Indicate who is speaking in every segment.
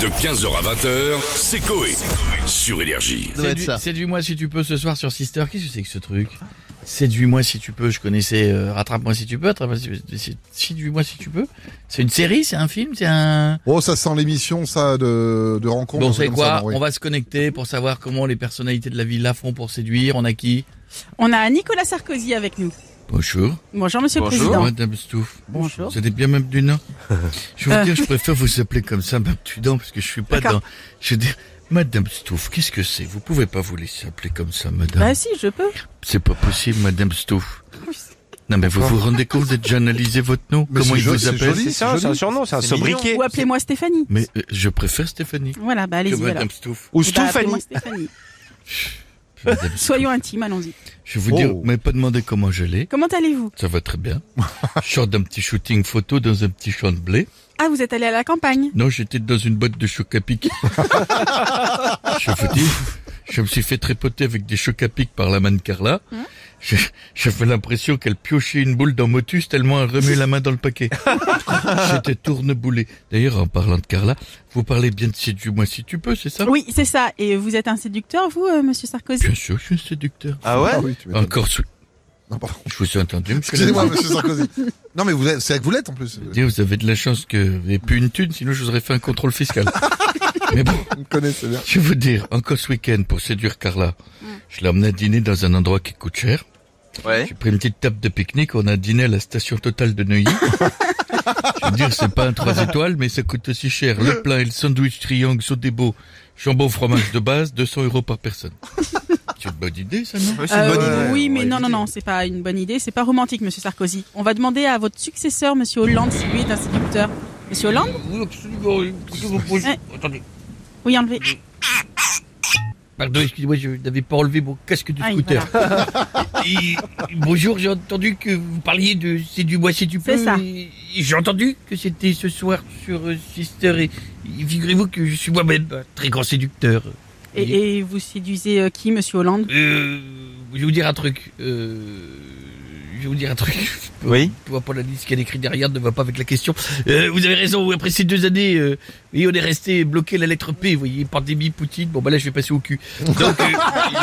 Speaker 1: De 15h à 20h, c'est Coé. Sur Énergie.
Speaker 2: doit être
Speaker 3: Sédu-
Speaker 2: ça.
Speaker 3: Séduis-moi si tu peux ce soir sur Sister. Qu'est-ce que c'est que ce truc Séduis-moi si tu peux. Je connaissais euh, Rattrape-moi si tu peux. Attrape-moi si- si- Séduis-moi si tu peux. C'est une série, c'est un film, c'est un.
Speaker 4: Oh, ça sent l'émission, ça, de, de rencontre.
Speaker 3: Bon,
Speaker 4: un truc
Speaker 3: c'est
Speaker 4: comme
Speaker 3: quoi
Speaker 4: ça, non, oui.
Speaker 3: On va se connecter pour savoir comment les personnalités de la ville la font pour séduire. On a qui
Speaker 5: On a Nicolas Sarkozy avec nous.
Speaker 3: Bonjour.
Speaker 5: Bonjour, monsieur le
Speaker 3: Bonjour.
Speaker 5: président.
Speaker 3: Madame Stouff.
Speaker 5: Bonjour.
Speaker 3: Vous êtes bien Mme Dunant Je vais vous
Speaker 5: Euh.
Speaker 3: dire, je préfère vous appeler comme ça, Mme Dunant, parce que je suis pas dans.
Speaker 5: D'accord.
Speaker 3: Je veux dire, Madame Stouff, qu'est-ce que c'est Vous pouvez pas vous laisser appeler comme ça, Madame.
Speaker 5: Bah si, je peux.
Speaker 3: C'est pas possible, Madame Stouff. Non mais vous vous rendez compte d'être déjà analysé votre nom
Speaker 4: Mais
Speaker 3: Comment
Speaker 4: c'est
Speaker 3: il
Speaker 4: joli,
Speaker 3: vous
Speaker 4: c'est
Speaker 3: appelle
Speaker 4: joli.
Speaker 6: C'est ça, c'est un
Speaker 4: joli.
Speaker 6: surnom, c'est un
Speaker 3: C'est mignon.
Speaker 6: sobriquet.
Speaker 5: Ou appelez-moi Stéphanie.
Speaker 3: Mais euh, je préfère Stéphanie
Speaker 5: Voilà, bah
Speaker 3: que
Speaker 5: allez-y. voilà.
Speaker 3: Madame Stouff.
Speaker 6: Ou
Speaker 5: Eh bah,
Speaker 6: Stéphanie.
Speaker 5: appelez-moi Stéphanie.
Speaker 3: Madame
Speaker 5: Soyons intimes, allons-y.
Speaker 3: Stouff. Je vais vous dire,
Speaker 4: Oh.
Speaker 3: mais pas demandé comment je l'ai.
Speaker 5: Comment allez-vous
Speaker 3: Ça va très bien. Je sors d'un petit shooting photo dans un petit champ de blé.
Speaker 5: Ah, vous êtes allé à la campagne
Speaker 3: Non, j'étais dans une boîte de choc à pic. je vous dis, je me suis fait tripoter avec des chocs à pic par la manne Carla. Je- J'avais l'impression qu'elle piochait une boule dans Motus tellement elle remuait la main dans le paquet. J'étais tourneboulé. D'ailleurs, en parlant de Carla, vous parlez bien de séduis-moi si tu peux, c'est ça
Speaker 5: Oui, c'est ça. Et vous êtes un séducteur, vous, euh, monsieur Sarkozy
Speaker 3: Bien sûr, je suis un séducteur.
Speaker 6: Ah ouais
Speaker 4: Ah oui, tu m'étonnes.
Speaker 3: Encore sous...
Speaker 4: Non, pardon.
Speaker 3: Je vous ai entendu, monsieur
Speaker 4: Excusez-moi, monsieur Sarkozy. Non, mais vous êtes- c'est vrai que vous l'êtes, en plus.
Speaker 3: Dieu, Vous avez de la chance que vous n'ayez plus une thune, sinon je vous aurais fait un contrôle fiscal. Mais bon,
Speaker 4: Vous me connaissez bien.
Speaker 3: Je vais vous dire, encore ce week-end, pour séduire Carla, je l'ai emmenée dîner dans un endroit qui coûte cher. J'ai pris une petite table de pique-nique, on a dîné à la station totale de Neuilly. je veux dire, c'est pas un 3 étoiles, mais ça coûte aussi cher. Le plein et le sandwich triangle, sodebo, jambon fromage de base, 200 euros par personne. C'est une bonne idée, ça, non
Speaker 6: Ouais, c'est une
Speaker 5: Euh,
Speaker 6: bonne idée.
Speaker 5: Oui, mais
Speaker 6: Ouais,
Speaker 5: non,
Speaker 6: bonne
Speaker 5: non,
Speaker 6: idée.
Speaker 5: non, c'est pas une bonne idée. C'est pas romantique, monsieur Sarkozy. On va demander à votre successeur, monsieur Hollande, si lui est un séducteur. Monsieur Hollande
Speaker 3: Oui, Ah, absolument. Je vous pose-
Speaker 5: Ouais.
Speaker 3: Attendez.
Speaker 5: Oui, enlevez.
Speaker 3: Pardon, excusez-moi, je n'avais pas enlevé mon casque du
Speaker 5: Ah,
Speaker 3: scooter. Et- bonjour, j'ai entendu que vous parliez de C'est du moi si tu peux.
Speaker 5: C'est ça.
Speaker 3: et- et J'ai entendu que c'était ce soir sur euh, Sister et, et figurez-vous que je suis moi-même un très grand séducteur.
Speaker 5: Et, et vous séduisez euh, qui, monsieur Hollande
Speaker 3: Euh, je vais vous dire un truc. euh, je vais vous dire un truc.
Speaker 6: Oui.
Speaker 3: Tu vois pas la liste qu'elle écrit derrière, ne va pas avec la question. Euh, vous avez raison, après ces deux années, euh, oui, on est resté bloqué à la lettre P, vous voyez, pandémie, Poutine. Bon, bah là, je vais passer au cul. Donc, euh,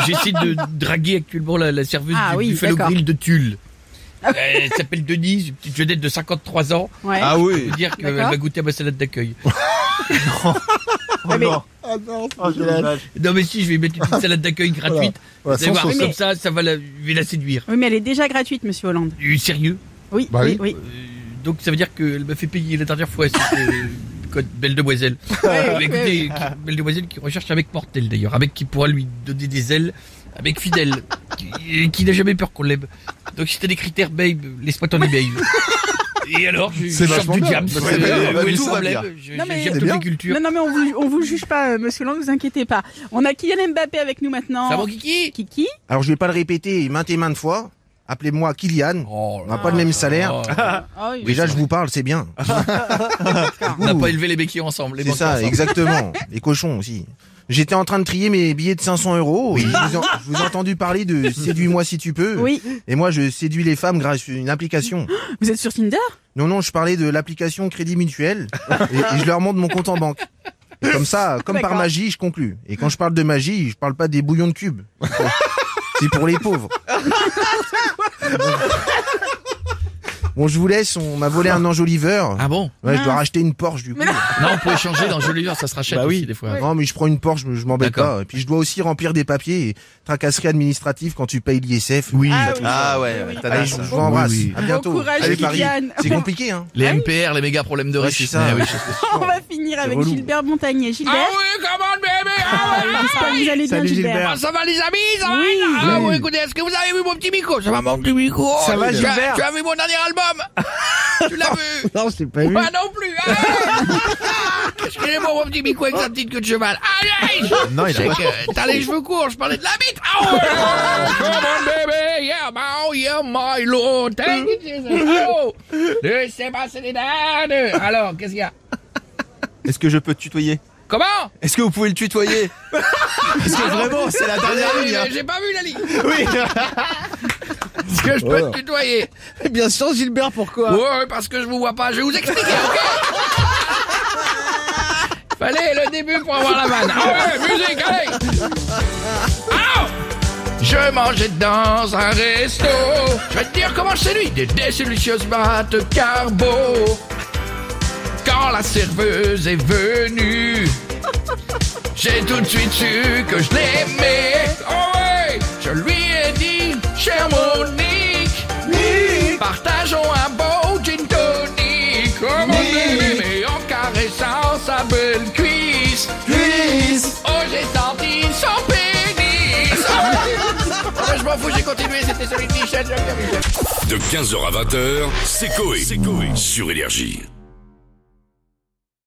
Speaker 3: j'essaie de draguer actuellement la, la serveuse
Speaker 5: Ah
Speaker 3: du
Speaker 5: oui,
Speaker 3: Buffalo
Speaker 5: d'accord. Ah
Speaker 3: Grill de Tulle. Euh, elle s'appelle Denise, une petite vedette de 53 ans.
Speaker 5: Ouais.
Speaker 6: Ah
Speaker 3: Je
Speaker 6: oui.
Speaker 3: veux dire qu'elle
Speaker 5: D'accord.
Speaker 3: va goûter à ma salade d'accueil.
Speaker 6: Oh non.
Speaker 4: Ah non, c'est
Speaker 6: Oh, c'est
Speaker 4: génial.
Speaker 6: dommage.
Speaker 3: Non, mais si, je vais mettre une petite salade d'accueil gratuite.
Speaker 4: Voilà,
Speaker 3: Vous allez
Speaker 4: sans
Speaker 3: voir,
Speaker 4: sauce.
Speaker 3: comme ça, ça va la, je vais la séduire.
Speaker 5: Oui, mais elle est déjà gratuite, monsieur Hollande.
Speaker 3: Euh, Sérieux
Speaker 5: Oui,
Speaker 4: Bah
Speaker 5: oui, oui.
Speaker 3: Euh, donc ça veut dire qu'elle m'a fait payer la dernière fois. C'était euh, code belle demoiselle. Euh, écoutez, qui- belle demoiselle qui recherche un mec mortel d'ailleurs, un mec qui pourra lui donner des ailes, un mec fidèle, qui, qui n'a jamais peur qu'on l'aime. Donc c'était des critères babe, laisse-moi ton babe. Et alors, je, je
Speaker 4: C'est
Speaker 3: sors
Speaker 4: vachement
Speaker 3: du
Speaker 4: bien.
Speaker 3: diable. euh,
Speaker 4: Bah, c'est bien, bah,
Speaker 3: où est le
Speaker 6: tout va
Speaker 3: problème
Speaker 6: bien.
Speaker 3: Je-
Speaker 5: Non,
Speaker 3: J'aime
Speaker 5: mais-
Speaker 4: C'est
Speaker 3: toutes
Speaker 4: bien.
Speaker 3: les cultures.
Speaker 5: Non, non, mais on vous, on vous juge pas, euh, monsieur Hollande, ne vous inquiétez pas. On a Kylian Mbappé avec nous maintenant.
Speaker 3: Ça va, Kiki
Speaker 5: Kiki
Speaker 7: Alors je vais pas le répéter maintes et maintes fois. Appelez-moi Kylian.
Speaker 3: Oh
Speaker 7: On
Speaker 3: là
Speaker 7: n'a pas le même salaire.
Speaker 3: là.
Speaker 5: Ah oui.
Speaker 7: Déjà
Speaker 3: c'est
Speaker 7: je vous parle, c'est bien.
Speaker 6: Ah,
Speaker 3: On n'a
Speaker 7: Ouh,
Speaker 3: pas élevé les béquilles ensemble. les
Speaker 7: C'est
Speaker 3: banques
Speaker 7: ça,
Speaker 3: ensemble.
Speaker 7: exactement. Les cochons aussi. J'étais en train de trier mes billets de 500 euros. et Je, vous en- je vous ai entendu parler de séduis-moi si tu peux.
Speaker 5: Oui,
Speaker 7: Et moi je séduis les femmes grâce à une application.
Speaker 5: vous êtes sur Tinder
Speaker 7: Non non, je parlais de l'application Crédit Mutuel et, et je leur montre mon compte en banque. Et comme ça, comme par
Speaker 5: D'accord.
Speaker 7: magie, je conclus. Et quand je parle de magie, je parle pas des bouillons de cubes. C'est pour les pauvres. Bon, je vous laisse, on m'a volé un enjoliveur.
Speaker 3: Ah bon
Speaker 7: Ouais, je dois
Speaker 5: mince.
Speaker 7: racheter une Porsche du coup.
Speaker 3: Non, on peut échanger dans Joliver, ça se rachète
Speaker 6: Bah oui.
Speaker 3: aussi des fois.
Speaker 7: Non, mais je prends une Porsche, je m'embête
Speaker 3: D'accord.
Speaker 7: pas. Et puis je dois aussi remplir des papiers et tracasseries administratives quand tu payes l'ISF. Oui.
Speaker 6: Ah ouais,
Speaker 5: Oui, oui.
Speaker 6: t'as
Speaker 7: Allez,
Speaker 6: l'air
Speaker 7: je, je
Speaker 6: ça.
Speaker 7: vous embrasse.
Speaker 3: Oui,
Speaker 7: À
Speaker 3: oui.
Speaker 7: bientôt.
Speaker 5: Bon courage,
Speaker 7: Allez, Paris.
Speaker 5: Kylian.
Speaker 7: C'est compliqué, hein.
Speaker 3: Les MPR, les méga problèmes de
Speaker 7: Ouais,
Speaker 3: racisme.
Speaker 7: c'est ça.
Speaker 3: Eh oui,
Speaker 5: On va finir avec
Speaker 7: relou.
Speaker 5: Gilbert Montagnier. Gilbert
Speaker 3: Ah oui, comment le bébé
Speaker 5: Ah, J'espère que vous allez bien,
Speaker 7: Salut,
Speaker 5: Gilbert.
Speaker 7: Gilbert.
Speaker 3: Ah, Ça va les amis Ça va
Speaker 5: Oui.
Speaker 3: les- Ah
Speaker 4: Oui.
Speaker 3: ouais, écoutez, est-ce que vous avez vu mon petit micro Ça va mon petit micro Oh,
Speaker 7: Ça
Speaker 3: Tu
Speaker 7: va,
Speaker 3: as-
Speaker 7: Gilbert
Speaker 3: Tu as vu mon dernier album Tu l'as vu
Speaker 7: Non, c'est pas vu.
Speaker 3: Pas non plus hein Excusez-moi mon petit micro avec sa petite queue de cheval Allez
Speaker 6: Non, il
Speaker 3: C'est
Speaker 6: a
Speaker 3: que t'as les cheveux courts, je parlais de la bite Ah ouais Come on baby, yeah, my, yeah, my lord Thank you Jesus Oh Laissez passer les dames Alors, qu'est-ce qu'il y a
Speaker 6: Est-ce que je peux te tutoyer
Speaker 3: Comment
Speaker 6: Est-ce que vous pouvez le tutoyer Parce que vraiment, c'est la
Speaker 2: Ah,
Speaker 6: dernière ligne. hein.
Speaker 3: J'ai pas vu la ligne
Speaker 6: Oui.
Speaker 3: Est-ce que je peux te tutoyer Eh
Speaker 6: Bien sûr, Gilbert, pourquoi
Speaker 3: Ouais, parce que je vous vois pas, je vais vous expliquer, ok
Speaker 2: Allez, le début pour avoir la vanne. Ah ouais, musique, allez Ah Je mangeais dans un resto. Je vais te dire comment c'est lui. Des délicieuses pâtes carbo. Quand la serveuse est venue, j'ai tout de suite su que je l'aimais. Oh ouais Je lui ai dit, cher Monique, Partageons un beau gin tonic Comme on aimait, mais en caressant sa belle cuisse Oh j'ai senti son pénis Oh, Je m'en fous, j'ai continué, c'était celui de Michel, j'aime bien Michel
Speaker 1: De 15h à 20h, c'est Coé. Sur Énergie.